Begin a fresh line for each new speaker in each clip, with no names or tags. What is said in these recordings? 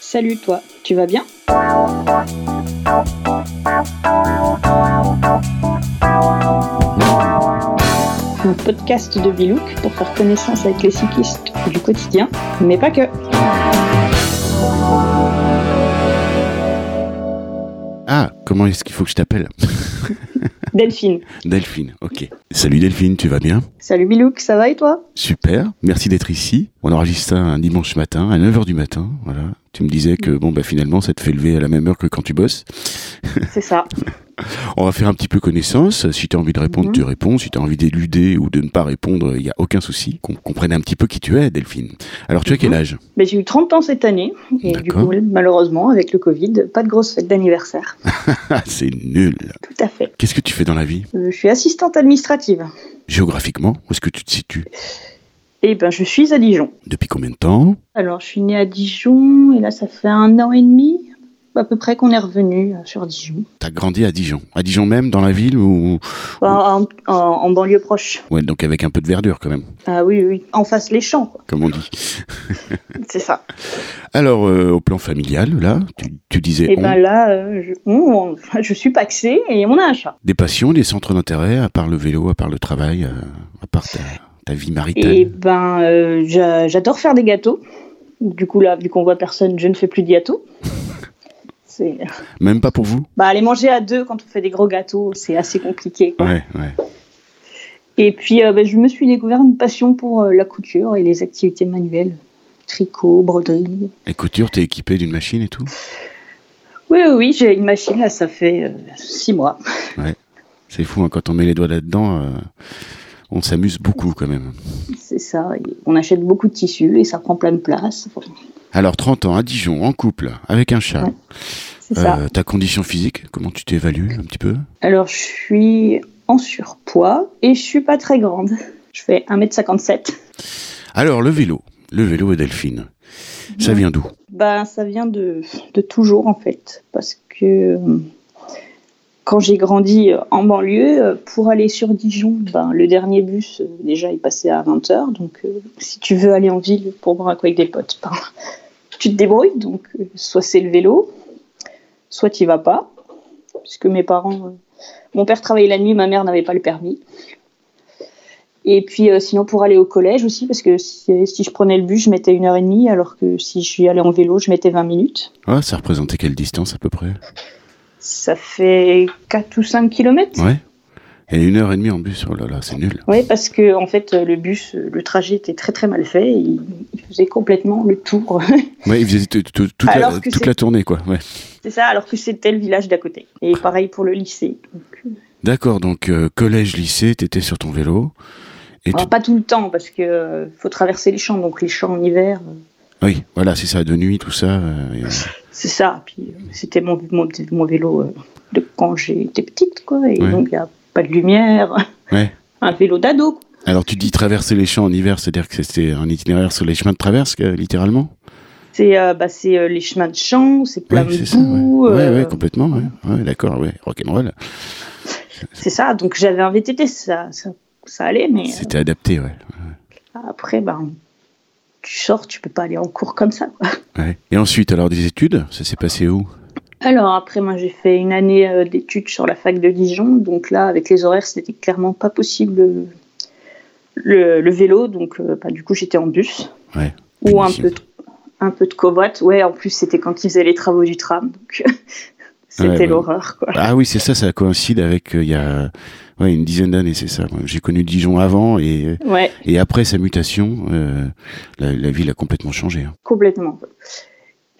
Salut toi, tu vas bien Un podcast de Bilouk pour faire connaissance avec les cyclistes du quotidien, mais pas que.
Ah, comment est-ce qu'il faut que je t'appelle
Delphine.
Delphine, ok. Salut Delphine, tu vas bien
Salut Bilouk, ça va et toi
Super, merci d'être ici. On enregistre ça un dimanche matin, à 9h du matin, voilà. Tu me disais que bon bah finalement ça te fait lever à la même heure que quand tu bosses.
C'est ça.
On va faire un petit peu connaissance. Si tu as envie de répondre,
Mhm.
tu réponds. Si tu as envie d'éluder ou de ne pas répondre, il n'y a aucun souci. Qu'on comprenne un petit peu qui tu es, Delphine. Alors tu as quel âge
Ben, J'ai eu 30 ans cette année et du
D'accord.
coup, malheureusement, avec le Covid, pas de grosse fête d'anniversaire.
Ah, c'est nul.
Tout à fait.
Qu'est-ce que tu fais dans la vie
Euh, je suis assistante administrative.
Géographiquement, où est-ce que tu te situes
Et ben, je suis à Dijon.
Depuis combien de temps
Alors, je suis née à Dijon et là, ça fait un an et demi à peu près qu'on est revenu euh, sur Dijon,
T'as grandi à Dijon. À Dijon même, dans la ville ou
Enfin, en, en- en banlieue proche.
ouais, donc avec un peu de verdure quand même,
Ah oui, oui, en face les champs, quoi.
comme on dit.
c'est ça.
Alors, euh, au plan familial, là, tu, tu disais
Et
on-
ben là, euh, je, on- on- je suis paxée et on a un chat.
des passions, des centres d'intérêt, à part le vélo, à part le travail, euh, à part ta, ta vie maritale.
Et ben, euh, j'a- j'adore faire des gâteaux. Du coup là, vu qu'on voit personne, je ne fais plus de gâteaux. C'est-
Même pas pour vous
Bah, aller manger à deux quand on fait des gros gâteaux, c'est assez compliqué. quoi.
Ouais, ouais.
Et puis, euh, bah, je me suis découvert une passion pour euh, la couture et les activités manuelles. Tricot, broderie.
Et couture, t'es équipé d'une machine et tout
Oui, oui, oui, j'ai une machine, là, ça fait euh, six mois.
C'est fou, hein, quand on met les doigts là-dedans, euh, on s'amuse beaucoup quand même.
C'est ça. et on achète beaucoup de tissus et ça prend plein de place. Enfin,
Alors, 30 ans, à Dijon, en couple, avec un chat.
Ouais, C'est ça.
Euh, ta condition physique, comment tu t'évalues un petit peu
Alors, je suis en surpoids et je suis pas très grande. Je fais 1m57.
Alors, le vélo. Le vélo et Delphine. Ça
Ouais.
vient d'où
Ben, ça vient de, de toujours, en fait. Parce que euh, quand j'ai grandi euh, en banlieue, euh, pour aller sur Dijon, ben, le dernier bus, euh, déjà, il passait à 20h. Donc, euh, si tu veux aller en ville pour braquer avec des potes, ben, tu te débrouilles. Donc, euh, soit c'est le vélo, soit tu vas pas. Puisque mes parents. euh, mon père travaillait la nuit, ma mère n'avait pas le permis. Et puis, euh, sinon, pour aller au collège aussi, parce que si, si je prenais le bus, je mettais une heure et demie, alors que si je suis allée en vélo, je mettais 20 minutes.
Ah, Ça représentait quelle distance à peu près
Ça fait 4 ou 5 kilomètres.
Ouais. Et une heure et demie en bus, oh là là, c'est nul.
Oui, parce que en fait, euh, le bus, euh, le trajet était très très mal fait. Il, il faisait complètement le tour.
Ouais, il faisait tout- tout- toute,
Alors
la,
que
toute
c'est-
la tournée, quoi. Ouais.
C'est ça, alors que c'était le village d'à côté. Et pareil pour le lycée. Donc, euh,
D'accord, donc euh, collège, lycée, t'étais sur ton vélo. Et tu...
alors, pas tout le temps, parce que euh, faut traverser les champs. Donc les champs en hiver, euh,
Oui, voilà, c'est ça, de nuit, tout ça. euh, et, euh,
c'est ça. Puis euh, c'était mon, mon, mon vélo euh, de quand j'étais petite, quoi. Et
Ouais.
donc il n'y a pas de lumière.
Ouais.
Un vélo d'ado, quoi.
Alors tu dis traverser les champs en hiver, c'est-à-dire que c'était un itinéraire sur les chemins de traverse, que- littéralement
C'est euh, bah, c'est, euh, les chemins de champs, c'est plein
Ouais,
de
c'est ça. Ouais,
boue.
Ouais,
euh,
ouais, complètement, ouais. Ouais, d'accord, ouais, rock'n'roll.
c'est ça. Donc j'avais un VTT, ça, ça, ça allait, mais euh,
C'était adapté, ouais.
après, ben, tu sors, tu peux pas aller en cours comme ça. quoi.
ouais. Et ensuite, alors des études, ça s'est passé où
Alors après, moi, j'ai fait une année euh, d'études sur la fac de Dijon. Donc là, avec les horaires, c'était clairement pas possible euh, le, le vélo. Donc euh, bah, du coup, j'étais en bus.
Ouais,
Ou un
punition.
peu, de, un peu de covoite. Ouais, en plus, c'était quand ils faisaient les travaux du tram. Donc c'était
Ouais, ouais.
l'horreur, quoi.
Ah oui, c'est ça, ça coïncide avec euh, il y a ouais, une dizaine d'années, c'est ça. Moi, J'ai connu Dijon avant et, euh,
Ouais.
et après sa mutation, euh, la, la ville a complètement changé. hein.
Complètement.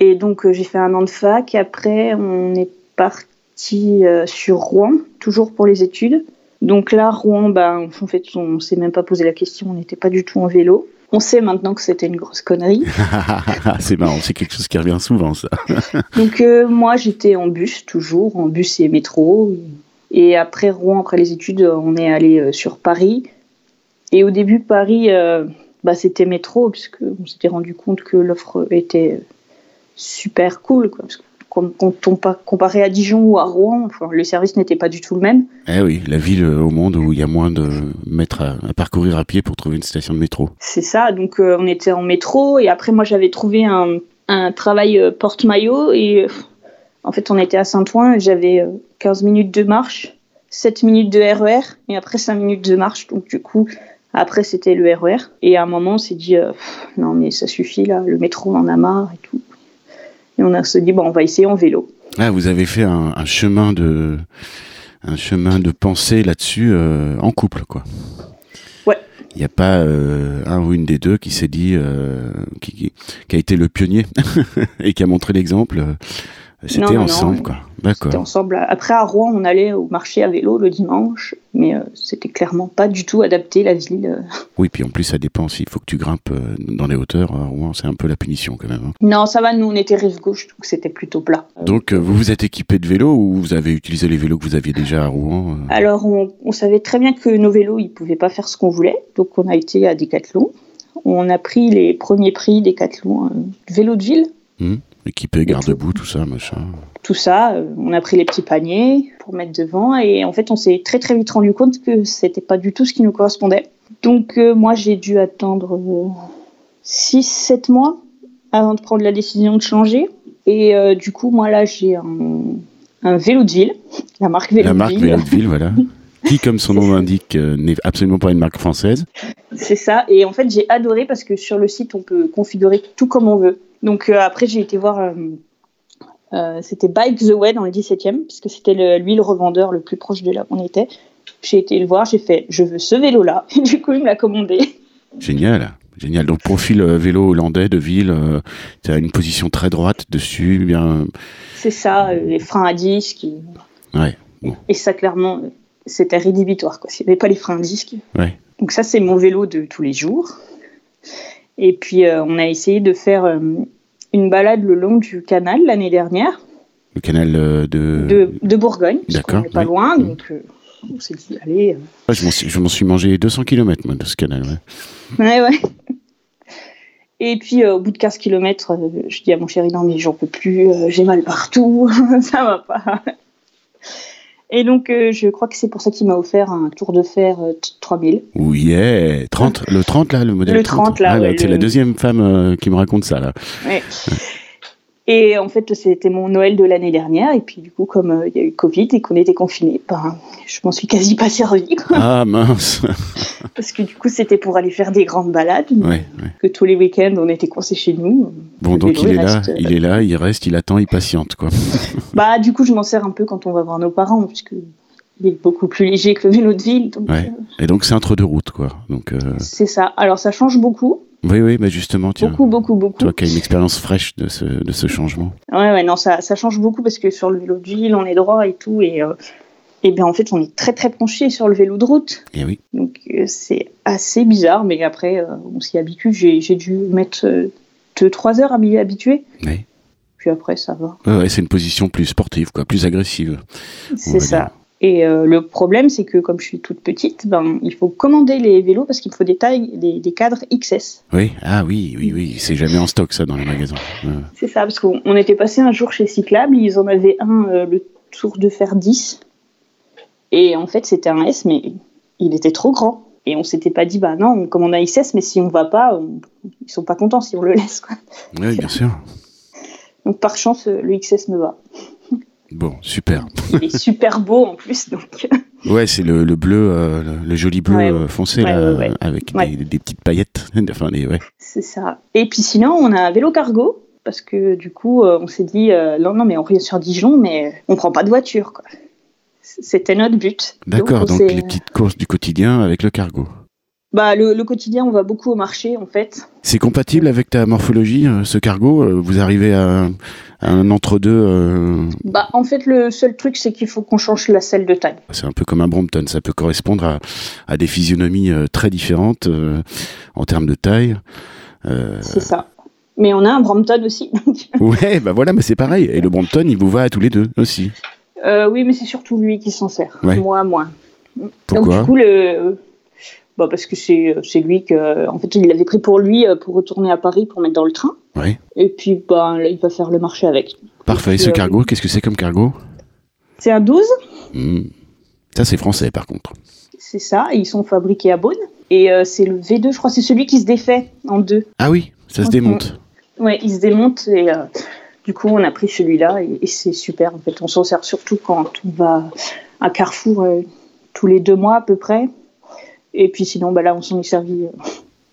Et donc euh, j'ai fait un an de fac. Après, on est parti euh, sur Rouen, toujours pour les études. Donc là, Rouen, ben, en fait, on s'est même pas posé la question, on n'était pas du tout en vélo. On sait maintenant que c'était une grosse connerie.
c'est marrant, c'est quelque chose qui revient souvent, ça.
Donc euh, moi, j'étais en bus, toujours, en bus et métro. Et après Rouen, après les études, euh, on est allé euh, sur Paris. Et au début, Paris, euh, bah, c'était métro, puisque on s'était rendu compte que l'offre était euh, super cool. Quoi, parce que quand- quand on pa- comparé à Dijon ou à Rouen, enfin, le service n'était pas du tout le même.
Eh oui, la ville euh, au monde où il y a moins de mètres à, à parcourir à pied pour trouver une station de métro.
C'est ça, donc euh, on était en métro. Et après, moi, j'avais trouvé un, un travail euh, porte-maillot et euh, en fait, on était à Saint-Ouen, j'avais euh, 15 minutes de marche, 7 minutes de RER et après 5 minutes de marche. Donc, du coup, après, c'était le RER. Et à un moment, on s'est dit, euh, Pff, non, mais ça suffit là, le métro, on en a marre et tout. Et on a- se dit, bon, on va essayer en vélo.
Ah, vous avez fait un, un chemin de un chemin de pensée là-dessus euh, en couple, quoi.
Ouais.
Il n'y a pas euh, un ou une des deux qui s'est dit euh, qui, qui- qui a été le pionnier et qui a montré l'exemple. euh,
Non,
C'était
non, non.
ensemble, quoi.
C'était
D'accord.
ensemble. Après, à Rouen, on allait au marché à vélo le dimanche, mais euh, c'était clairement pas du tout adapté la ville. euh.
Oui, puis en plus ça dépend. S'il faut que tu grimpes euh, dans les hauteurs, à Rouen, c'est un peu la punition quand même. hein.
Non, ça va, nous, on était rive gauche, donc c'était plutôt plat.
Donc euh, vous vous êtes équipé de vélos ou vous avez utilisé les vélos que vous aviez déjà à Rouen euh
Alors, on, on savait très bien que nos vélos, ils pouvaient pas faire ce qu'on voulait, donc on a été à Decathlon. On a pris les premiers prix Decathlon, euh, vélo de ville,
Équipé garde-boue, tout ça, machin.
tout ça. euh, on a pris les petits paniers pour mettre devant, et en fait, on s'est très très vite rendu compte que c'était pas du tout ce qui nous correspondait. Donc, euh, moi, j'ai dû attendre 6-7 mois avant de prendre la décision de changer. Et euh, du coup, moi, là, j'ai un, un vélo de ville, la marque vélo
La
de
marque
ville.
Vélo de Ville, voilà. Qui, comme son nom l'indique, euh, n'est absolument pas une marque française.
C'est ça. Et en fait, j'ai adoré parce que sur le site, on peut configurer tout comme on veut. Donc euh, après, j'ai été voir. euh, euh, c'était Bike the Way dans le 17e, puisque c'était le- lui le revendeur le plus proche de là qu'on était. J'ai été le voir, j'ai fait je veux ce vélo-là. Du coup, il me l'a commandé.
Génial, génial. Donc profil euh, vélo hollandais de ville, euh, tu as une position très droite dessus, bien.
C'est ça, euh, les freins à disque. et-
Ouais, bon.
Et ça, clairement, euh, c'était rédhibitoire. Quoi. S'il n'y avait pas les freins à disque.
Ouais.
Donc ça, c'est mon vélo de tous les jours. Et puis, euh, on a essayé de faire euh, une balade le long du canal l'année dernière.
Le canal euh, de.
de, de Bourgogne, parce
D'accord,
qu'on n'est pas
oui.
loin,
Mm.
donc euh, on s'est dit, allez. euh.
Ah, je m'en suis- je m'en suis mangé 200 km moi, de ce canal. ouais.
Ouais, ouais. Et puis, euh, au bout de 15 km, je dis à mon chéri, non, mais j'en peux plus, euh, j'ai mal partout, ça va pas. Et donc, euh, je crois que c'est pour ça qu'il m'a offert un tour de fer euh, t- 3000.
Oui, yeah 30, le 30 là, le modèle
Le 30, là,
Ah,
ouais,
C'est
le-
la deuxième femme euh, qui me raconte ça là.
Et en fait, c'était mon Noël de l'année dernière. Et puis, du coup, comme euh, il y a eu Covid et qu'on était confinés, ben, je m'en suis quasi pas servi. quoi.
Ah mince
Parce que du coup, c'était pour aller faire des grandes balades.
ouais, ouais.
Que tous les week-ends, on était coincés chez nous.
Bon,
Le
donc
vélo,
il est
il
là,
reste, euh,
il est là, il reste, il attend, il patiente quoi.
Bah, du coup, je m'en sers un peu quand on va voir nos parents, puisque il est beaucoup plus léger que le vélo de ville. Donc,
Ouais.
euh,
Et donc c'est un entre deux routes quoi. Donc, euh,
c'est ça. Alors, ça change beaucoup.
Oui, oui, mais justement, tiens.
Beaucoup, beaucoup, beaucoup.
Toi qui as une expérience fraîche de ce, de ce changement.
Ouais, ouais, non, ça, ça change beaucoup parce que sur le vélo de ville, on est droit et tout. Et, euh, eh bien, en fait, on est très, très penché sur le vélo de route.
Et Eh oui.
Donc, euh, c'est assez bizarre, mais après, euh, on s'y habitue. J'ai j'ai dû mettre 2-3 heures à m'y habituer.
Oui.
Puis après, ça va.
Ouais, ouais, c'est une position plus sportive, quoi, plus agressive. on va
C'est ça. Et euh, le problème, c'est que comme je suis toute petite, ben, il faut commander les vélos parce qu'il me faut des tailles, des, des cadres XS.
Oui, ah oui, oui, oui, c'est jamais en stock ça dans les magasins. Ouais.
C'est ça, parce qu'on on était passé un jour chez Cyclable, ils en avaient un, euh, le Tour de Fer 10. Et en fait, c'était un S, mais il était trop grand. Et on s'était pas dit, bah non, on commande un XS, mais si on va pas, on- ils sont pas contents si on le laisse. Quoi.
Oui, bien sûr.
Donc par chance, euh, le XS me va.
Bon, super.
Il est super beau en plus, donc
Ouais, c'est le, le bleu, euh, le, le joli bleu
Ouais.
euh, foncé,
Ouais,
là,
ouais, ouais.
avec
Ouais.
Des, des petites paillettes. enfin, des, ouais.
C'est ça. Et puis sinon, on a un vélo cargo, parce que du coup, euh, on s'est dit, euh, non, non, mais on revient sur Dijon, mais on prend pas de voiture, quoi. C- C'était notre but.
D'accord,
on
donc,
s'est-
les petites courses du quotidien avec le cargo.
Bah, le, le quotidien, on va beaucoup au marché, en fait.
C'est compatible avec ta morphologie, euh, ce cargo euh, Vous arrivez à, à un entre-deux euh,
Bah, en fait, le seul truc, c'est qu'il faut qu'on change la selle de taille.
C'est un peu comme un Brompton, ça peut correspondre à, à des physionomies euh, très différentes euh, en termes de taille. Euh,
C'est ça. Mais on a un Brompton aussi. donc.
ouais, bah voilà, mais c'est pareil. Et le Brompton, il vous va à tous les deux aussi.
Euh, oui, mais c'est surtout lui qui s'en sert.
Ouais.
Moi, moins. Donc,
Pourquoi
du coup, le. Bah, parce que c'est c'est lui que. En fait, il l'avait pris pour lui euh, pour retourner à Paris pour mettre dans le train.
Ouais.
Et puis, bah, là, il va faire le marché avec.
Parfait.
Et
Ce
puis,
cargo, qu'est-ce que c'est comme cargo
C'est un 12,
Hmm. Ça, c'est français, par contre.
c'est ça. Ils sont fabriqués à Beaune. Et euh, c'est le V2, je crois, c'est celui qui se défait en deux.
Ah oui, ça se
Ok.
démonte.
Ouais, il se démonte et euh, du coup, on a pris celui-là et, et c'est super. En fait, on s'en sert surtout quand on va à Carrefour euh, tous les deux mois à peu près. Et puis sinon, bah là, on s'en est servi euh,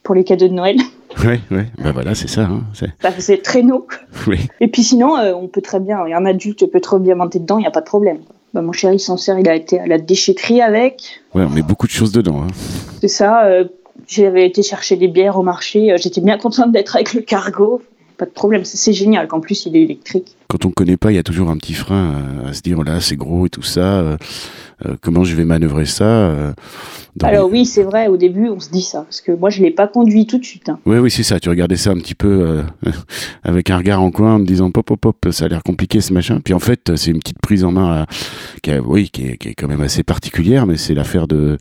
pour les cadeaux de Noël. Bah,
Ouais, ouais. Bah voilà, c'est ça. hein, c'est-
Ça faisait traîneau.
Oui.
Et puis sinon, euh, on peut très bien, un adulte peut très bien monter dedans, il n'y a pas de problème. Bah, mon chéri s'en sert, il a été à la déchetterie avec.
Ouais, on met beaucoup de choses dedans. hein.
C'est ça, euh, j'avais été chercher des bières au marché, euh, j'étais bien contente d'être avec le cargo. Pas de problème, c'est- c'est génial, qu'en plus il est électrique.
Quand on connaît pas, il y a toujours un petit frein à, à se dire, oh là, c'est gros et tout ça. euh, euh, comment je vais manœuvrer ça euh, dans
Alors
les-
oui, c'est vrai, au début on se dit ça, parce que moi je ne l'ai pas conduit tout de suite. hein.
Oui, oui, c'est ça. Tu regardais ça un petit peu euh, avec un regard en coin, en me disant pop, pop, pop, ça a l'air compliqué ce machin. Puis en fait, c'est une petite prise en main, à- qui, a- oui, qui est, qui est quand même assez particulière, mais c'est l'affaire de,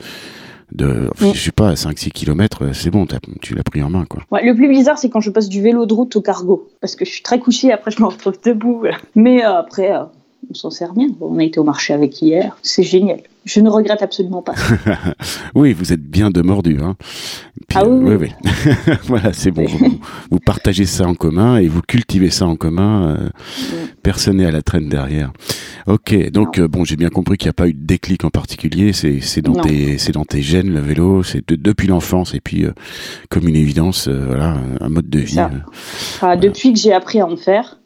de,
Oui.
je sais pas, 5-6 kilomètres, euh, c'est bon, t'as- tu l'as pris en main, quoi.
Ouais, le plus bizarre, c'est quand je passe du vélo de route au cargo, parce que je suis très couchée, après je me retrouve debout. voilà. Mais euh, après, euh, on s'en sert bien. Bon, on a été au marché avec hier, c'est génial. Je ne regrette absolument pas.
Oui, vous êtes bien de mordu. Hein. Puis,
Ah oui,
euh, oui, oui. voilà, c'est bon. Vous, vous partagez ça en commun et vous cultivez ça en commun. euh,
Oui.
Personne n'est à la traîne derrière. Ok, donc euh, bon, j'ai bien compris qu'il n'y a pas eu de déclic en particulier. C'est c'est dans,
Non.
tes- c'est dans tes gènes, le vélo. C'est de- depuis l'enfance et puis euh, comme une évidence, euh, voilà, un mode de vie.
ça.
euh.
Enfin, Depuis que j'ai appris à en faire,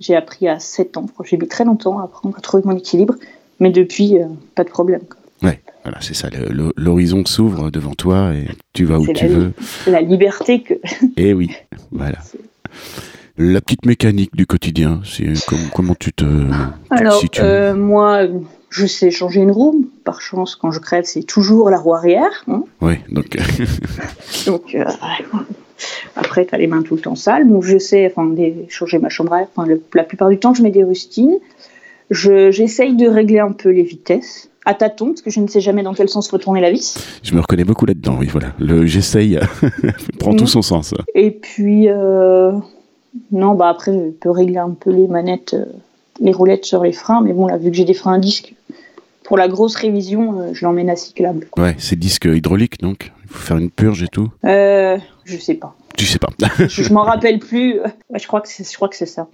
j'ai appris à 7 ans. J'ai mis très longtemps à apprendre à trouver mon équilibre, mais depuis, euh, pas de problème. quoi.
Ouais, voilà, c'est ça. le- le- L'horizon s'ouvre devant toi et tu vas où
C'est
tu
la vie.
veux.
La liberté que.
Eh oui, voilà. La petite mécanique du quotidien, c'est comme- comment tu te tu te
Alors,
situes
euh, moi, euh, je sais changer une roue. Par chance, quand je crève, c'est toujours la roue arrière. hein.
Ouais, donc euh,
Donc, euh, après, t'as les mains tout le temps sales. Donc, je sais enfin, des- changer ma chambre à air. Enfin, le- la plupart du temps, je mets des rustines. Je- J'essaye de régler un peu les vitesses à tâtons, parce que je ne sais jamais dans quel sens retourner la vis.
je me reconnais beaucoup là-dedans. Oui, voilà. Le j'essaye euh, prend
Mm.
tout son sens.
Et puis, euh, non, bah après, je peux régler un peu les manettes, euh, les roulettes sur les freins, mais bon, là, vu que j'ai des freins à disque, pour la grosse révision, euh, je l'emmène à cyclable.
Ouais, c'est disque hydraulique donc. Il faut faire une purge et tout.
Euh, je sais pas.
Tu sais pas.
Je, je m'en rappelle plus. Ouais, je crois que c'est, je crois que c'est ça.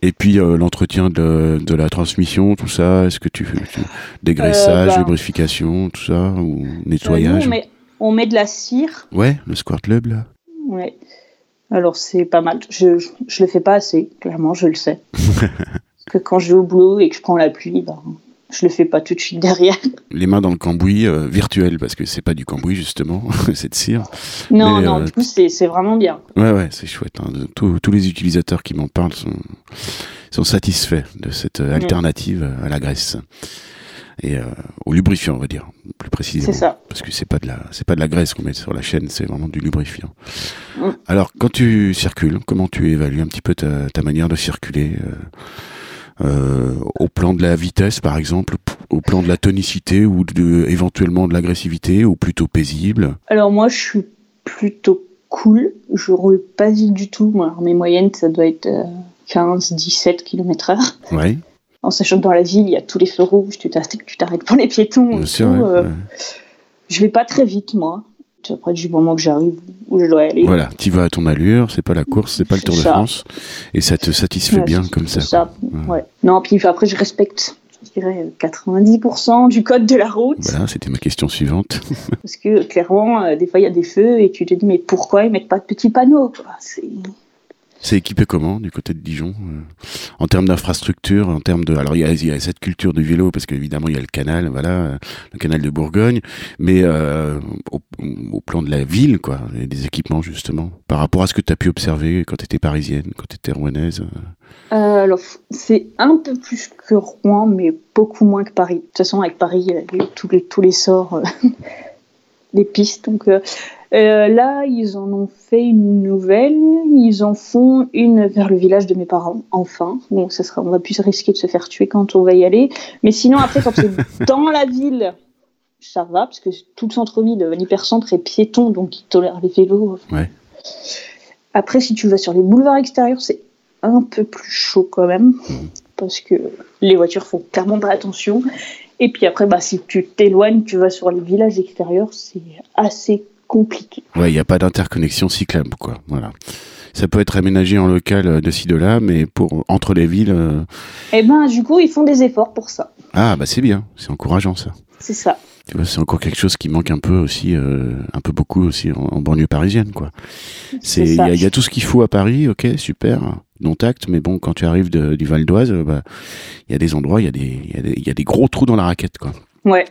Et puis euh, l'entretien de, de la transmission, tout ça. Est-ce que tu, tu- dégraissage,
Euh, bah.
lubrification, tout ça ou
Euh, nous,
nettoyage
on, met, on met de la cire.
Ouais, le squirt club là.
Ouais. Alors, c'est pas mal. Je, je, je le fais pas assez, clairement, je le sais. Parce que quand je vais au boulot et que je prends la pluie, bah, je le fais pas tout de suite derrière.
Les mains dans le cambouis euh, virtuel parce que c'est pas du cambouis justement, c'est de cire.
Non,
Mais,
non,
euh,
du coup, c'est, c'est vraiment bien.
Ouais, ouais, c'est chouette. hein. De- Tous, tous les utilisateurs qui m'en parlent sont, sont satisfaits de cette euh, alternative à la graisse et euh, au lubrifiant, on va dire, plus précisément.
C'est ça.
Parce que c'est pas de la, c'est pas de la graisse qu'on met sur la chaîne, c'est vraiment du lubrifiant.
Mm.
Alors, quand tu circules, comment tu évalues un petit peu ta, ta manière de circuler euh, euh, au plan de la vitesse, par exemple, p- au plan de la tonicité ou de, éventuellement de l'agressivité, ou plutôt paisible.
Alors moi, je suis plutôt cool. Je roule pas vite du tout. Moi, Alors, mes moyennes, ça doit être euh, 15, 17 km heure.
Ouais,
En sachant que dans la ville, il y a tous les feux rouges. Tu t'arrêtes tu t'arrêtes pour les piétons.
bien
et
sûr.
tout,
ouais,
euh,
ouais.
Je vais pas très vite, moi. Puis Après, du moment que j'arrive où je dois aller.
Voilà, tu vas à ton allure, c'est pas la course, c'est pas le Tour de
Ça.
France, et ça te satisfait
Ouais,
bien
c'est-
comme ça.
c'est
quoi.
ouais. Non, puis après, je respecte, je dirais, 90% du code de la route.
Voilà, c'était ma question suivante.
Parce que clairement, euh, des fois, il y a des feux et tu te dis, mais pourquoi ils mettent pas de petits panneaux quoi C'est-
C'est équipé comment du côté de Dijon euh, En termes d'infrastructure, en termes de. Alors il y, a- il y a cette culture du vélo parce qu'évidemment il y a le canal, voilà, euh, le canal de Bourgogne, mais euh, au, au plan de la ville, quoi, et des équipements justement, par rapport à ce que tu as pu observer quand tu étais parisienne, quand tu étais rouennaise. euh.
Euh, alors, c'est un peu plus que Rouen, mais beaucoup moins que Paris. De toute façon, avec Paris, il y a eu tous les, tous les sorts, euh, les pistes. Donc euh, euh, là, ils en ont fait une nouvelle. Ils en font une vers le village de mes parents, enfin. Bon, ça sera, on va plus risquer de se faire tuer quand on va y aller. Mais sinon, après, quand c'est dans la ville, ça va, parce que tout le centre-ville, euh, l'hypercentre est piéton, donc ils tolèrent les vélos.
Ouais.
Après, si tu vas sur les boulevards extérieurs, c'est un peu plus chaud quand même, parce que les voitures font clairement pas attention. Et puis après, bah, si tu t'éloignes, tu vas sur les villages extérieurs, c'est assez compliqué.
Ouais, il n'y a pas d'interconnexion cyclable, quoi. Voilà. ça peut être aménagé en local euh, de ci de là, mais pour entre les villes. euh,
Eh ben, du coup, ils font des efforts pour ça.
Ah bah c'est bien, c'est encourageant ça.
C'est ça.
Tu vois, c'est encore quelque chose qui manque un peu aussi, euh, un peu beaucoup aussi en, en banlieue parisienne, quoi. C'est, il y,
ça.
a- il y a tout ce qu'il faut à Paris, ok, super, non tact, mais bon, quand tu arrives de- du Val d'Oise, euh, bah, il y a des endroits, il y a des, il y a des- il y a des gros trous dans la raquette, quoi,
Ouais.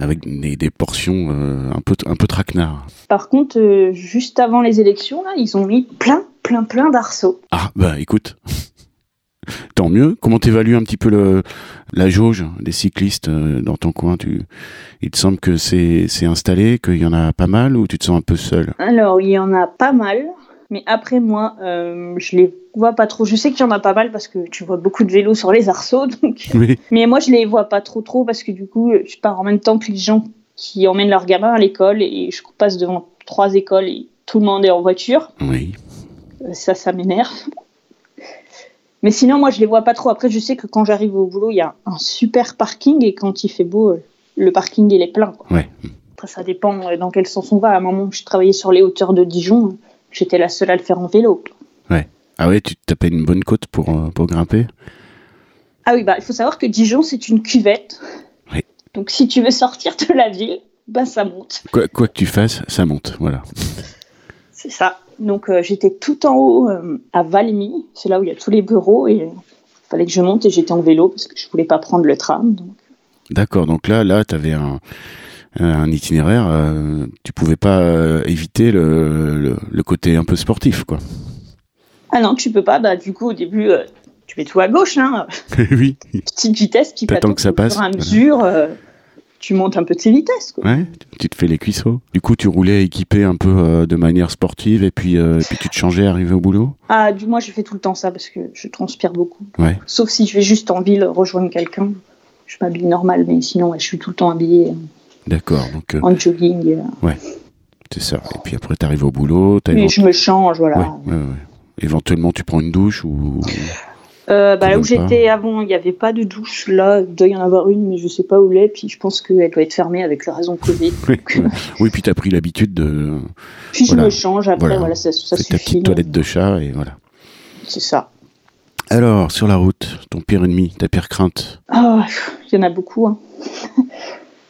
avec des, des portions euh, un peu, un peu traquenards.
Par contre, euh, juste avant les élections, là, ils ont mis plein, plein, plein d'arceaux.
Ah bah écoute, tant mieux. Comment t'évalues un petit peu le, la jauge des cyclistes euh, dans ton coin Tu, il te semble que c'est, c'est installé, qu'il y en a pas mal, ou tu te sens un peu seul
Alors, il y en a pas mal, mais après moi, euh, je les vois pas trop. Je sais qu'il y en a pas mal parce que tu vois beaucoup de vélos sur les arceaux, donc.
Oui.
Mais moi, je les vois pas trop, trop parce que du coup, je pars en même temps que les gens qui emmènent leurs gamins à l'école et je passe devant trois écoles et tout le monde est en voiture.
Oui.
Euh, Ça, ça m'énerve. Mais sinon, moi, je les vois pas trop. Après, je sais que quand j'arrive au boulot, il y a un super parking et quand il fait beau, euh, le parking il est plein. quoi.
Ouais.
Après, ça dépend euh, dans quel sens on va. À un moment, je travaillais sur les hauteurs de Dijon. J'étais la seule à le faire en vélo.
Ah ouais, tu te tapais une bonne côte pour, euh, pour grimper
Ah oui, bah, il faut savoir que Dijon, c'est une cuvette.
Oui.
Donc, si tu veux sortir de la ville, bah, ça monte.
quoi, quoi que tu fasses, ça monte, voilà.
C'est ça. Donc, euh, j'étais tout en haut euh, à Valmy. C'est là où il y a tous les bureaux. Et il fallait que je monte et j'étais en vélo parce que je voulais pas prendre le tram. donc.
D'accord, donc là, là, tu avais un, un itinéraire, euh, tu pouvais pas euh, éviter le, le, le côté un peu sportif, quoi.
Ah non, tu peux pas. Bah, du coup, au début, euh, tu fais tout à gauche. Hein.
oui,
Petite vitesse, petit
T'attends
plateau.
que ça
Au fur et
passe,
à
voilà.
mesure, euh, tu montes un peu tes vitesses. Quoi.
ouais, tu te fais les cuisseaux. Du coup, tu roulais équipé un peu euh, de manière sportive et puis, euh, et puis tu te changeais arrivé au boulot
Ah, du moins, je fais tout le temps ça parce que je transpire beaucoup.
Ouais.
Sauf si je vais juste en ville rejoindre quelqu'un. Je m'habille normal, mais sinon, ouais, je suis tout le temps habillée
D'accord, donc euh,
en jogging. euh.
c'est ça. Et puis après, tu arrives au boulot, tu
Mais je hein. me change, voilà.
Éventuellement, tu prends une douche ou...
Euh, bah, là où
Quand même pas.
j'étais avant, il n'y avait pas de douche. Là, il doit y en avoir une, mais je sais pas où elle est. Puis je pense qu'elle doit être fermée avec la raison Covid. Donc,
oui, puis tu as pris l'habitude de
Puis je
Voilà.
me change après,
Voilà.
voilà, ça, ça
faire ta
suffit.
petite toilette de chat et voilà.
C'est ça.
Alors, sur la route, ton pire ennemi, ta pire crainte.
Ah, pff, il y en a beaucoup. hein.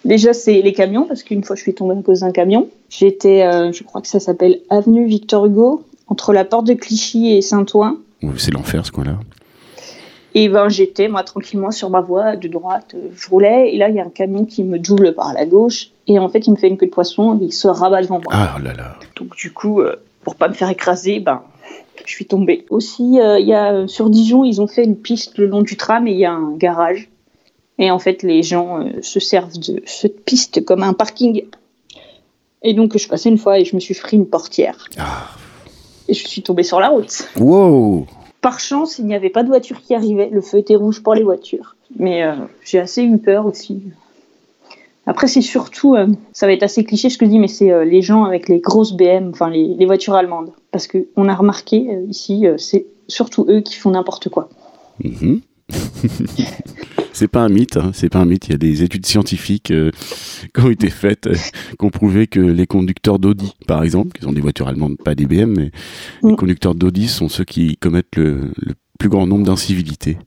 Déjà, c'est les camions, parce qu'une fois, je suis tombée à cause d'un camion. J'étais, euh, je crois que ça s'appelle Avenue Victor Hugo, entre la porte de Clichy et Saint-Ouen.
Ouais, C'est l'enfer ce coin-là.
Et ben, j'étais, moi, tranquillement sur ma voie de droite, euh, je roulais, et là, il y a un camion qui me double par la gauche, et en fait, il me fait une queue de poisson, et il se rabat devant moi.
Ah là là.
Donc, du coup, euh, pour pas me faire écraser, ben, je suis tombée. Aussi, euh, il y a, euh, sur Dijon, ils ont fait une piste le long du tram et il y a un garage. Et en fait, les gens euh, se servent de cette piste comme un parking. Et donc, je passais une fois et je me suis pris une portière.
Ah.
Et je suis tombée sur la route.
Wow
Par chance, il n'y avait pas de voiture qui arrivait. Le feu était rouge pour les voitures. Mais euh, j'ai assez eu peur aussi. Après, c'est surtout, euh, ça va être assez cliché ce que je dis, mais c'est euh, les gens avec les grosses BM, enfin les, les voitures allemandes. Parce qu'on a remarqué euh, ici, euh, c'est surtout eux qui font n'importe quoi.
Mhm. C'est pas un mythe, hein, c'est pas un mythe. Il y a des études scientifiques euh, qui ont été faites, euh, qui ont prouvé que les conducteurs d'Audi, par exemple, qui sont des voitures allemandes, pas des BM, mais les
Mm.
conducteurs d'Audi sont ceux qui commettent le, le plus grand nombre d'incivilités,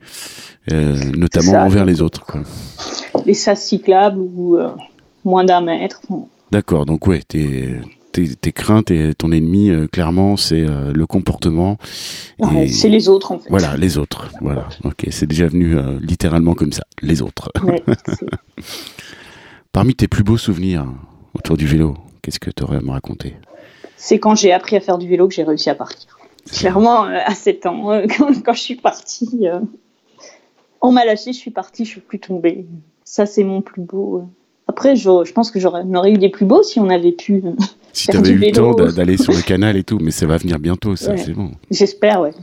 euh, notamment
Ça.
envers les autres. quoi.
Les sas cyclables ou euh, moins d'un mètre. Enfin,
D'accord, donc ouais, tes, tes, tes craintes et ton ennemi, euh, clairement, c'est euh, le comportement. et-
ouais, c'est les autres en fait.
Voilà, les autres. Voilà, ok, c'est déjà venu euh, littéralement comme ça, les autres.
Ouais, c'est-
Parmi tes plus beaux souvenirs autour du vélo, qu'est-ce que tu aurais à me raconter
c'est quand j'ai appris à faire du vélo que j'ai réussi à partir. Clairement, euh, à 7 ans, euh, quand, quand je suis partie, euh, on m'a lâchée, je suis partie, je suis plus tombée. Ça, c'est mon plus beau. euh. Après, je, je pense que j'aurais on aurait eu des plus beaux si on avait pu. euh,
Si
Faire
t'avais
du
eu le temps
vélo.
d'a- d'aller sur le canal et tout, mais ça va venir bientôt, ça,
Ouais.
c'est bon.
J'espère, ouais.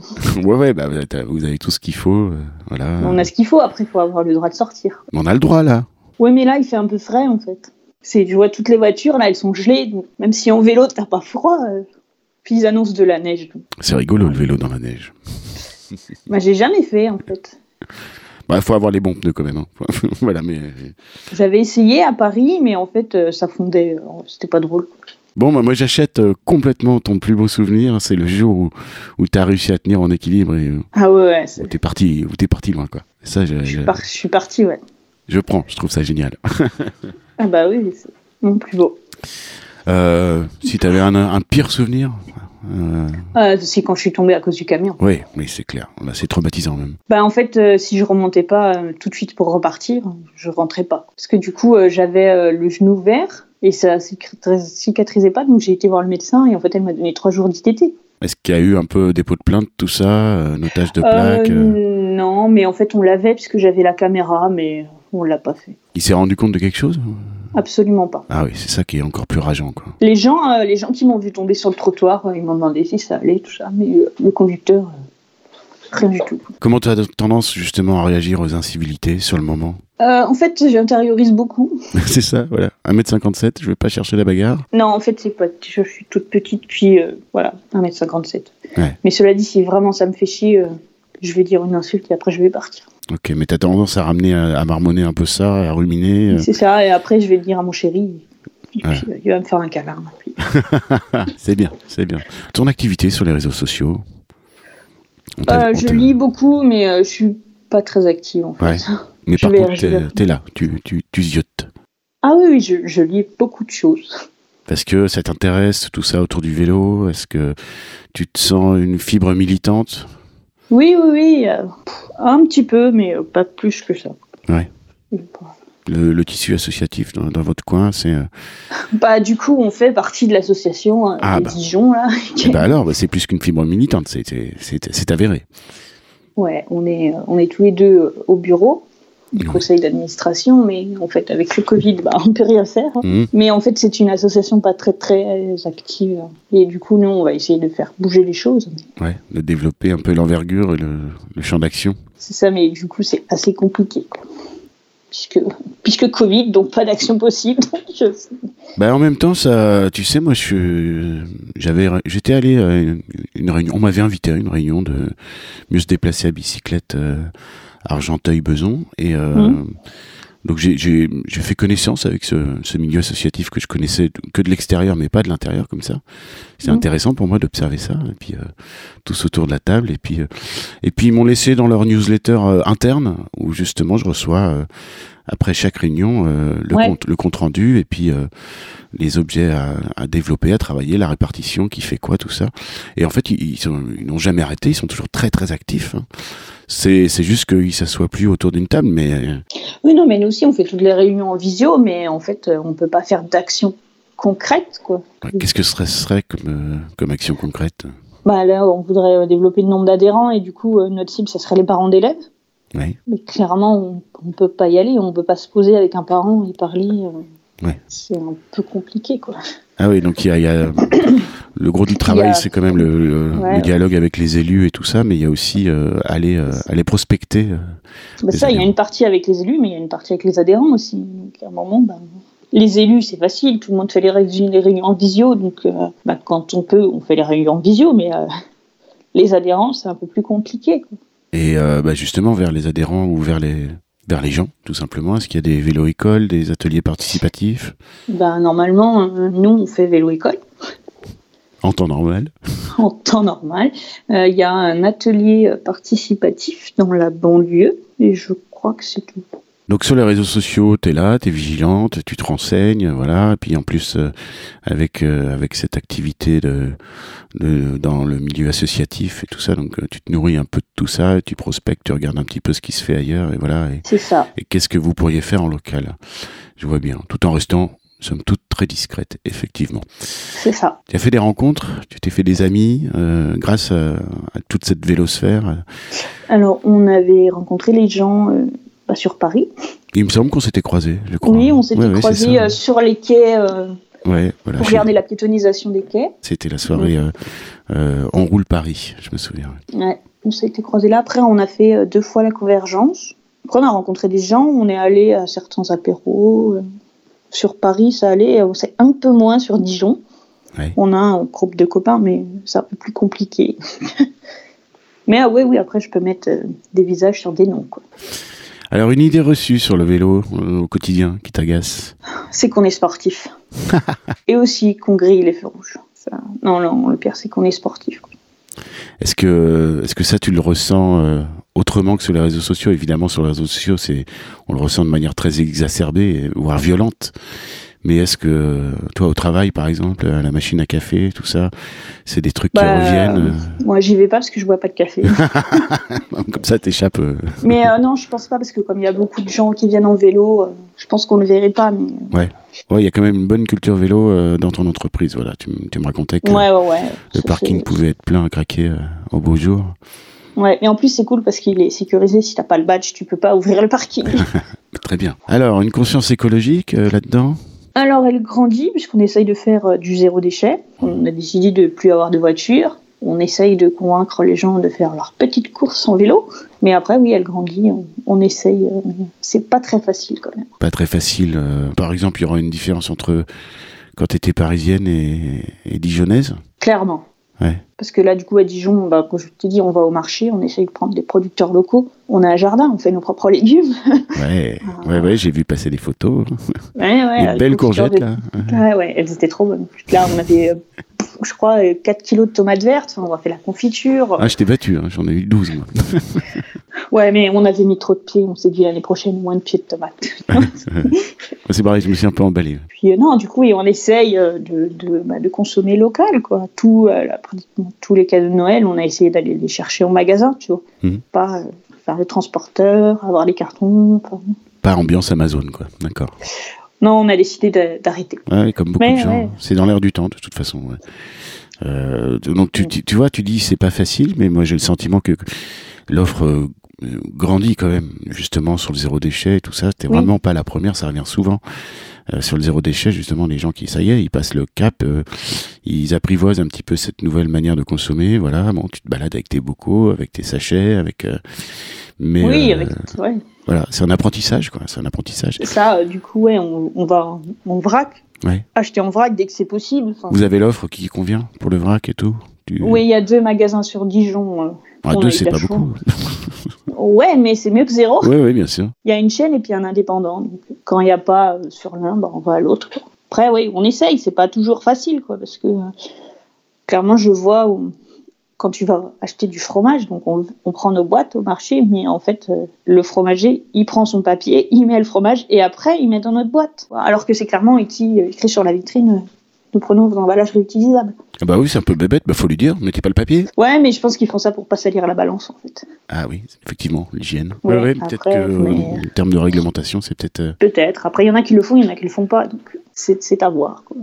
Ouais, ouais, bah, t'as- vous avez tout ce qu'il faut, euh, voilà.
On a ce qu'il faut. Après, il faut avoir le droit de sortir.
Mais on a le droit, là.
Ouais, mais là, il fait un peu frais, en fait. C'est, tu vois, toutes les voitures, là, elles sont gelées. donc même si en vélo, t'as pas froid. euh. Puis ils annoncent de la neige. donc.
C'est rigolo, le vélo dans la neige.
Bah, j'ai jamais fait, en fait.
Bah, faut avoir les bons pneus quand même. hein. voilà, mais...
J'avais essayé à Paris, mais en fait, euh, ça fondait. euh, C'était pas drôle.
Bon, bah, moi j'achète euh, complètement ton plus beau souvenir. C'est le jour où, où tu as réussi à tenir en équilibre et euh, où
Ah ouais, ouais, c'est-
t'es parti, où t'es parti loin, quoi. Ça, je,
je,
je,
suis par- je suis partie, ouais.
je prends, je trouve ça génial.
Ah bah oui, c'est mon plus beau.
Euh, si t'avais un, un pire souvenir euh,
Euh, c'est quand je suis tombée à cause du camion.
Oui, oui, c'est clair. Là, c'est traumatisant même.
Bah en fait, euh, si je remontais pas euh, tout de suite pour repartir, je rentrais pas. Parce que du coup, euh, j'avais euh, le genou vert et ça cicatri- cicatrisait pas, donc j'ai été voir le médecin et en fait, elle m'a donné trois jours d'ITT.
Est-ce qu'il y a eu un peu dépôt de plainte, tout ça, euh, notage
Euh,
de plaque euh,
non, mais en fait, on l'avait puisque j'avais la caméra, mais on l'a pas fait.
Il s'est rendu compte de quelque chose
Absolument pas.
Ah oui, c'est ça qui est encore plus rageant, quoi.
Les gens, euh, les gens qui m'ont vu tomber sur le trottoir, euh, ils m'ont demandé si ça allait, tout ça, mais euh, le conducteur, euh, rien du tout.
Comment tu as tendance justement à réagir aux incivilités sur le moment
Euh, en fait, j'intériorise beaucoup.
C'est ça, voilà. 1m57, je vais pas chercher la bagarre.
Non, en fait, c'est pas. Je suis toute petite, puis euh, voilà, 1m57.
Ouais.
Mais cela dit, si vraiment ça me fait chier, euh, je vais dire une insulte et après je vais partir.
Ok, mais tu as tendance à ramener, à, à marmonner un peu ça, à ruminer. euh.
C'est ça, et après je vais le dire à mon chéri. et puis,
Ouais.
euh, il va me faire un câlin. puis-
Ah, c'est bien, c'est bien. Ton activité sur les réseaux sociaux on t'a-
Euh,
on
je
t'a-
lis beaucoup, mais euh, je suis pas très active en fait.
Ouais. Mais
je
par
vais-
contre,
je
t'es
vais-
t'es là, tu, tu, tu ziotes.
Ah oui, oui, je, je lis beaucoup de choses.
Parce que ça t'intéresse, tout ça autour du vélo Est-ce que tu te sens une fibre militante
Oui, oui, oui, euh, pff, un petit peu, mais euh, pas plus que ça.
Ouais.
Bon.
le, le tissu associatif dans, dans votre coin, c'est... euh,
Bah du coup, on fait partie de l'association euh,
Ah,
des
bah.
Dijon là.
eh ben alors, bah, c'est plus qu'une fibre militante, c'est- c'est c'est- c'est avéré.
Ouais, on est, euh, on est tous les deux euh, au bureau du
Ouais.
conseil d'administration, mais en fait, avec le Covid, bah, on peut rien faire. hein.
Mhm.
Mais en fait, c'est une association pas très, très active. hein. Et du coup, nous, on va essayer de faire bouger les choses.
Ouais, de développer un peu l'envergure et le, le champ d'action.
C'est ça, mais du coup, c'est assez compliqué. quoi. Puisque, puisque Covid, donc pas d'action possible. donc je-
Bah en même temps, ça, tu sais, moi, je, j'avais, j'étais allé à une, une réunion, on m'avait invité à une réunion de mieux se déplacer à bicyclette euh, Argenteuil-Beson, et euh,
Mhm.
donc j'ai, j'ai, j'ai fait connaissance avec ce, ce milieu associatif que je connaissais que de l'extérieur, mais pas de l'intérieur comme ça. C'est
Mhm.
intéressant pour moi d'observer ça, et puis euh, tous autour de la table, et puis euh, et puis ils m'ont laissé dans leur newsletter euh, interne où justement je reçois euh, après chaque réunion euh, le,
Ouais.
compte, le compte rendu et puis euh, les objets à, à développer, à travailler, la répartition, qui fait quoi, tout ça. Et en fait, ils ils sont- ils n'ont jamais arrêté, ils sont toujours très très actifs. hein. C'est c'est juste qu'ils s'assoient plus autour d'une table, mais euh,
Oui, non, mais nous aussi, on fait toutes les réunions en visio, mais en fait, euh, on peut pas faire d'action concrète, quoi.
ouais, qu'est-ce que ce serait, ce serait comme, euh, comme action concrète
Bah, là, on voudrait euh, développer le nombre d'adhérents, et du coup, euh, notre cible, ça serait les parents d'élèves.
Ouais.
Mais clairement, on- on ne peut pas y aller, on ne peut pas se poser avec un parent et parler. euh,
Ouais.
C'est un peu compliqué, quoi.
Ah oui, donc il y a, il y a- le gros du
Il y
travail,
a-
c'est quand même le, le-
Ouais.
le dialogue avec les élus et tout ça, mais il y a aussi euh, aller, euh, aller prospecter. euh,
Bah,
Les
ça, il y a
adhérents.
une partie avec les élus, mais il y a une partie avec les adhérents aussi. Donc, à un moment, ben, les élus, c'est facile, tout le monde fait les, réunions- les réunions en visio, donc euh, bah, quand on peut, on fait les réunions en visio, mais euh, les adhérents, c'est un peu plus compliqué. quoi.
Et euh, bah, justement, vers les adhérents ou vers les, vers les gens, tout simplement. Est-ce qu'il y a des vélo-écoles, des ateliers participatifs
Ben, normalement, euh, nous, on fait vélo-école
en temps normal
en temps normal. Euh, Il y a un atelier euh, participatif dans la banlieue, et je crois que c'est tout.
Donc sur les réseaux sociaux, t'es là, t'es vigilante, tu te renseignes, voilà. Et puis en plus, euh, avec euh, avec cette activité de, de- dans le milieu associatif et tout ça, donc euh, tu te nourris un peu de tout ça, tu prospectes, tu regardes un petit peu ce qui se fait ailleurs et voilà. Et,
C'est ça.
et qu'est-ce que vous pourriez faire en local Je vois bien, tout en restant somme toute très discrète, effectivement.
C'est ça.
Tu as fait des rencontres, tu t'es fait des amis euh, grâce à, à toute cette vélosphère.
Alors, on avait rencontré les gens euh, bah, sur Paris.
Il me semble qu'on s'était croisés, je crois.
Oui, on s'était
Ouais, ouais, c'est
croisés
ça.
euh, sur les quais euh,
Ouais, voilà.
pour
chez-
regarder la piétonisation des quais.
C'était la soirée euh, euh, On roule Paris, je me souviens.
Ouais, on s'était croisés là. Après, on a fait euh, deux fois la convergence. Après, on a rencontré des gens. On est allé à certains apéros. euh, sur Paris, ça allait. euh, C'est un peu moins sur Dijon.
Ouais.
On a un groupe de copains, mais c'est un peu plus compliqué. mais ah ouais, oui, après, je peux mettre euh, des visages sur des noms. quoi.
Alors, une idée reçue sur le vélo euh, au quotidien qui t'agace
C'est qu'on est sportif. et aussi qu'on grille les feux rouges. Ça, non, non, le pire, c'est qu'on est sportif. quoi.
Est-ce que, euh, est-ce que ça, tu le ressens euh, autrement que sur les réseaux sociaux Évidemment, sur les réseaux sociaux, c'est, on le ressent de manière très exacerbée, voire violente. Mais est-ce que, euh, toi, au travail, par exemple, à la machine à café, tout ça, c'est des trucs
Bah,
qui reviennent
Moi, j'y vais pas parce que je bois pas de café.
euh, Comme ça, t'échappes. euh,
mais euh, non, je pense pas parce que comme il y a beaucoup de gens qui viennent en vélo, euh, je pense qu'on ne verrait pas. Mais...
Ouais, il y a quand même une bonne culture vélo euh, dans ton entreprise. Voilà, tu, m- tu me racontais que
Ouais, ouais, ouais.
le
Ça,
parking
c'est-
pouvait être plein à craquer euh, au beau jour.
Ouais, mais en plus, c'est cool parce qu'il est sécurisé. Si t'as pas le badge, tu peux pas ouvrir le parking.
Très bien. Alors, une conscience écologique euh, là-dedans
Alors, elle grandit puisqu'on essaye de faire euh, du zéro déchet. On a décidé de plus avoir de voiture. On essaye de convaincre les gens de faire leur petite course en vélo. Mais après, oui, elle grandit. On, on essaye. euh, c'est pas très facile quand même.
Pas très facile. euh, par exemple, il y aura une différence entre quand tu étais parisienne et, et dijonnaise.
Clairement.
Ouais.
Parce que là, du coup, à Dijon, bah, comme je te dis, on va au marché, on essaye de prendre des producteurs locaux. On a un jardin, on fait nos propres légumes.
Ouais, ouais, ouais, j'ai vu passer des photos.
Ouais, ouais,
des
avec
belles
le producteur
courgettes,
de-
là.
Ouais, Ah, ouais, elles étaient trop bonnes. Là, on avait, euh, je crois, euh, 4 kilos de tomates vertes. Enfin, on a fait la confiture.
Ah, je t'ai battu, hein, j'en ai eu 12, moi.
Ouais, mais on avait mis trop de pieds. On s'est dit l'année prochaine, moins de pieds de tomates.
C'est pareil, je me suis un peu emballé.
Puis euh, non, du coup, et on essaye euh, de, de, bah, de consommer local, quoi. Tout, euh, là, pratiquement tous les cadeaux de Noël, on a essayé d'aller les chercher au magasin, tu vois.
Mhm.
Pas euh, faire le transporteur, avoir les cartons. enfin.
Pas ambiance Amazon, quoi. D'accord.
Non, on a décidé d'a- d'arrêter.
Ouais, comme beaucoup
Ouais,
de gens.
ouais.
C'est dans l'air du temps, de toute façon. ouais. Euh, donc, tu, tu, tu vois, tu dis c'est pas facile, mais moi j'ai le sentiment que l'offre euh, grandit quand même, justement, sur le zéro déchet et tout ça. T'es
Oui.
vraiment pas la première, ça revient souvent. Euh, sur le zéro déchet, justement, les gens qui, ça y est, ils passent le cap, euh, ils apprivoisent un petit peu cette nouvelle manière de consommer. Voilà, bon, tu te balades avec tes bocaux, avec tes sachets, avec. euh, mais
oui,
euh,
avec, ouais.
voilà, c'est un apprentissage, quoi. C'est un apprentissage.
ça, euh, du coup, ouais, on, on va en- en vrac.
Ouais.
Acheter en vrac dès que c'est possible. Enfin,
Vous avez l'offre qui convient pour le vrac et tout Tu-
Oui, il y a deux magasins sur Dijon. euh.
Ah,
On
deux,
a eu
c'est
de la
pas
chance.
beaucoup.
Ouais, mais c'est mieux que zéro.
Oui, oui, bien sûr.
Il y a une chaîne et puis un indépendant. Donc, quand il n'y a pas euh, sur l'un, bah, on va à l'autre. quoi. Après, oui, on essaye. C'est pas toujours facile, quoi, parce que euh, clairement, je vois où- quand tu vas acheter du fromage, donc on, on prend nos boîtes au marché, mais en fait, euh, le fromager, il prend son papier, il met le fromage et après, il met dans notre boîte. Alors que c'est clairement écrit, écrit sur la vitrine. euh, Nous prenons vos emballages réutilisables.
Ah bah oui, c'est un peu bébête, bah faut lui dire, mettez pas le papier.
Ouais, mais je pense qu'ils font ça pour pas salir la balance, en fait.
Ah oui, effectivement, l'hygiène.
Ouais,
Ouais, ouais, peut-être
après,
que euh,
mais-
en termes de réglementation, c'est peut-être. euh,
Peut-être. Après, il y en a qui le font, il y en a qui le font pas. Donc, c'est c'est à voir. quoi.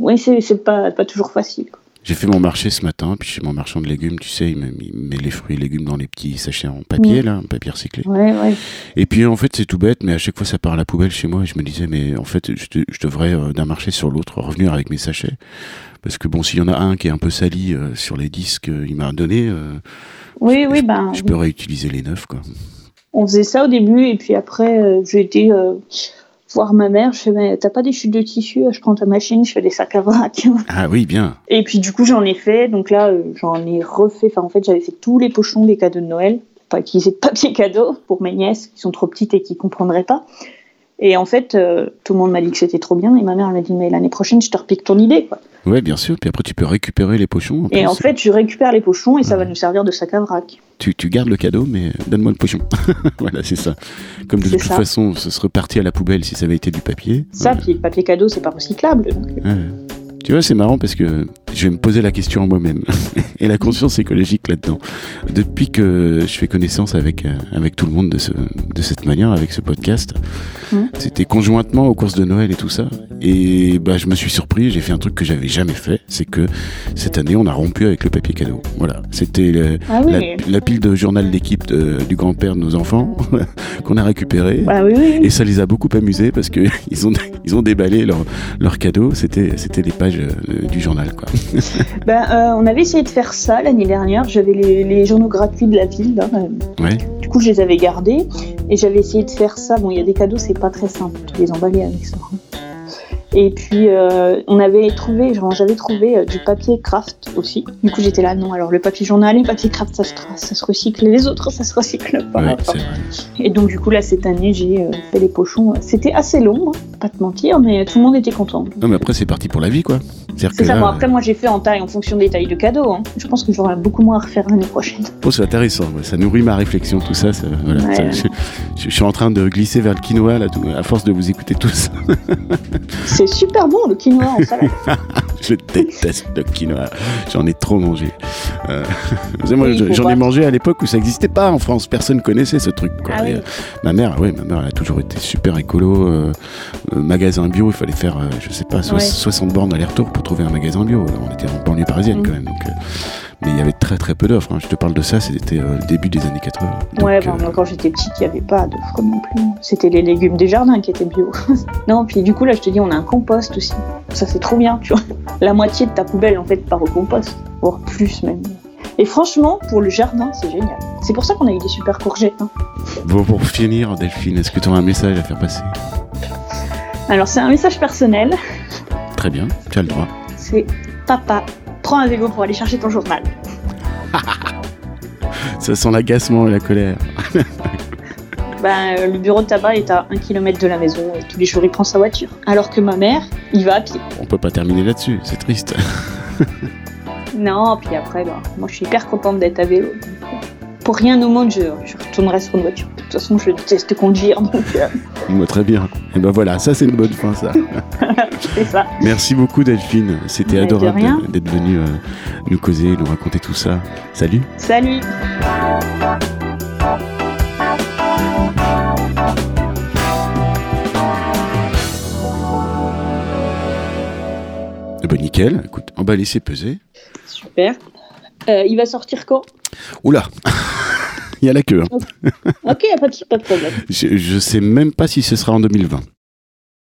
Oui, c'est c'est pas, pas toujours facile. quoi.
J'ai fait mon marché ce matin, puis chez mon marchand de légumes, tu sais, il me- il met les fruits et légumes dans les petits sachets en papier,
Mm.
là, en papier recyclé.
Ouais, ouais.
Et puis en fait, c'est tout bête, mais à chaque fois, ça part à la poubelle chez moi. Et je me disais, mais en fait, je, de- je devrais euh, d'un marché sur l'autre revenir avec mes sachets. Parce que bon, s'il y en a un qui est un peu sali euh, sur les disques qu'il m'a donné, euh,
Oui, oui, ben,
je peux réutiliser les neufs, quoi.
on faisait ça au début, et puis après, euh, j'ai été euh, voir ma mère. Je fais, mais t'as pas des chutes de tissu Ah, Je prends ta machine, je fais des sacs à vrac.
Ah oui, bien.
Et puis, du coup, j'en ai fait. Donc là, euh, j'en ai refait. Enfin, en fait, j'avais fait tous les pochons des cadeaux de Noël, pas qu'ils aient de papier cadeau, pour mes nièces qui sont trop petites et qui comprendraient pas. Et en fait, euh, tout le monde m'a dit que c'était trop bien, et ma mère elle m'a dit, mais l'année prochaine, je te repique ton idée, quoi.
Ouais, bien sûr. Puis après, tu peux récupérer les pochons.
Et
plus.
en fait, je récupère les pochons et ça va nous servir de sac à vrac.
tu, tu gardes le cadeau, mais euh, donne-moi le pochon. voilà, c'est ça. Comme de
C'est
toute
ça.
façon, ce serait parti à la poubelle si ça avait été du papier.
Ça, puis le papier cadeau, c'est pas recyclable. donc. euh,
Ouais. Tu vois, c'est marrant parce que je vais me poser la question en moi-même et la conscience écologique là-dedans. Depuis que je fais connaissance avec, euh, avec tout le monde de, ce, de cette manière, avec ce podcast,
Mhm.
c'était conjointement aux courses de Noël et tout ça. Et bah, je me suis surpris, j'ai fait un truc que j'avais jamais fait, c'est que cette année, on a rompu avec le papier cadeau. Voilà, c'était le-
Ah
la,
oui.
la pile de journal d'équipe de- du grand-père de nos enfants qu'on a récupéré.
Bah oui, oui.
Et ça les a beaucoup amusés parce que ils ont, ils ont déballé leur, leur cadeau. C'était, c'était les pages euh, du journal, quoi.
Ben, euh, on avait essayé de faire ça l'année dernière. J'avais les, les journaux gratuits de la ville. là, euh,
Ouais.
Du coup, je les avais gardés et j'avais essayé de faire ça. Bon, il y a des cadeaux, c'est pas très simple de les emballer avec ça. hein. Et puis, euh, on avait trouvé, genre, j'avais trouvé euh, du papier craft aussi. Du coup, j'étais là, non, alors le papier journal et le papier craft, ça se, tra- ça se recycle. Les autres, ça se recycle pas.
Ouais,
Enfin,
c'est vrai.
Et donc, du coup, là, cette année, j'ai euh, fait les pochons. C'était assez long, hein, pas te mentir, mais tout le monde était content.
Non, mais après, c'est parti pour la vie, quoi. C'est-à-dire
C'est
que
ça,
là,
bon, après, moi, j'ai fait en taille, en fonction des tailles de cadeaux. hein. Je pense que j'aurai beaucoup moins à refaire l'année prochaine.
Oh, c'est intéressant, ouais. ça nourrit ma réflexion, tout ça. ça- voilà,
Ouais.
ça- je, je- je suis en train de glisser vers le quinoa, là, tout- à force de vous écouter tous.
C'est super bon, le quinoa en salade.
je déteste le quinoa, j'en ai trop mangé. Euh, moi,
Oui,
je-
faut
j'en ai
pas.
mangé à l'époque où ça n'existait pas en France, personne connaissait ce truc. Quoi.
Ah
Et,
oui.
euh, Ma mère, oui, ma mère, elle a toujours été super écolo. euh, euh, magasin bio, il fallait faire, euh, je sais pas, soix-
Ouais.
60 bornes aller-retour pour trouver un magasin bio. Alors, on était en banlieue parisienne
Mm.
quand même. Donc, euh, mais il y avait très très peu d'offres. hein. Je te parle de ça, c'était euh, le début des années 80. Donc,
ouais, bon,
euh,
moi, quand j'étais petite, il n'y avait pas de fruits non plus. C'était les légumes des jardins qui étaient bio. non, puis du coup, là, je te dis, on a un compost aussi. Ça, c'est trop bien, tu vois. La moitié de ta poubelle, en fait, part au compost, voire plus même. Et franchement, pour le jardin, c'est génial. C'est pour ça qu'on a eu des super courgettes. hein.
Bon, pour finir, Delphine, est-ce que tu as un message à faire passer
Alors, c'est un message personnel.
Très bien, tu as le droit.
C'est papa, prends un vélo pour aller chercher ton journal.
Ça sent l'agacement et la colère.
Ben, euh, le bureau de tabac est à un kilomètre de la maison et tous les jours, il prend sa voiture. Alors que ma mère, il va à pied.
On peut pas terminer là-dessus, c'est triste.
Non, puis après, bah, moi je suis hyper contente d'être à vélo. donc, euh, Pour rien au monde, je, je retournerai sur une voiture. De toute façon, je déteste conduire, donc euh,
Moi, très bien. Et ben voilà, ça c'est une bonne fin, ça.
c'est ça.
Merci beaucoup, Delphine. C'était
Mais de
adorable
rien.
de- d'être venue euh, nous causer, nous raconter tout ça. Salut.
Salut
Eh ben nickel. Écoute, on va laisser peser.
Super. Euh, il va sortir quand
Oula Il y a la queue. hein.
Ok, y a pas de, pas de problème.
Je, je sais même pas si ce sera en 2020.